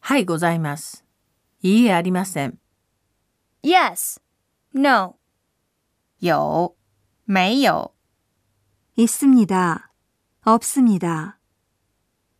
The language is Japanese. はい、ございます。いいえ、ありません。 Yes. No. 有、没有。 있습니다. 없습니다.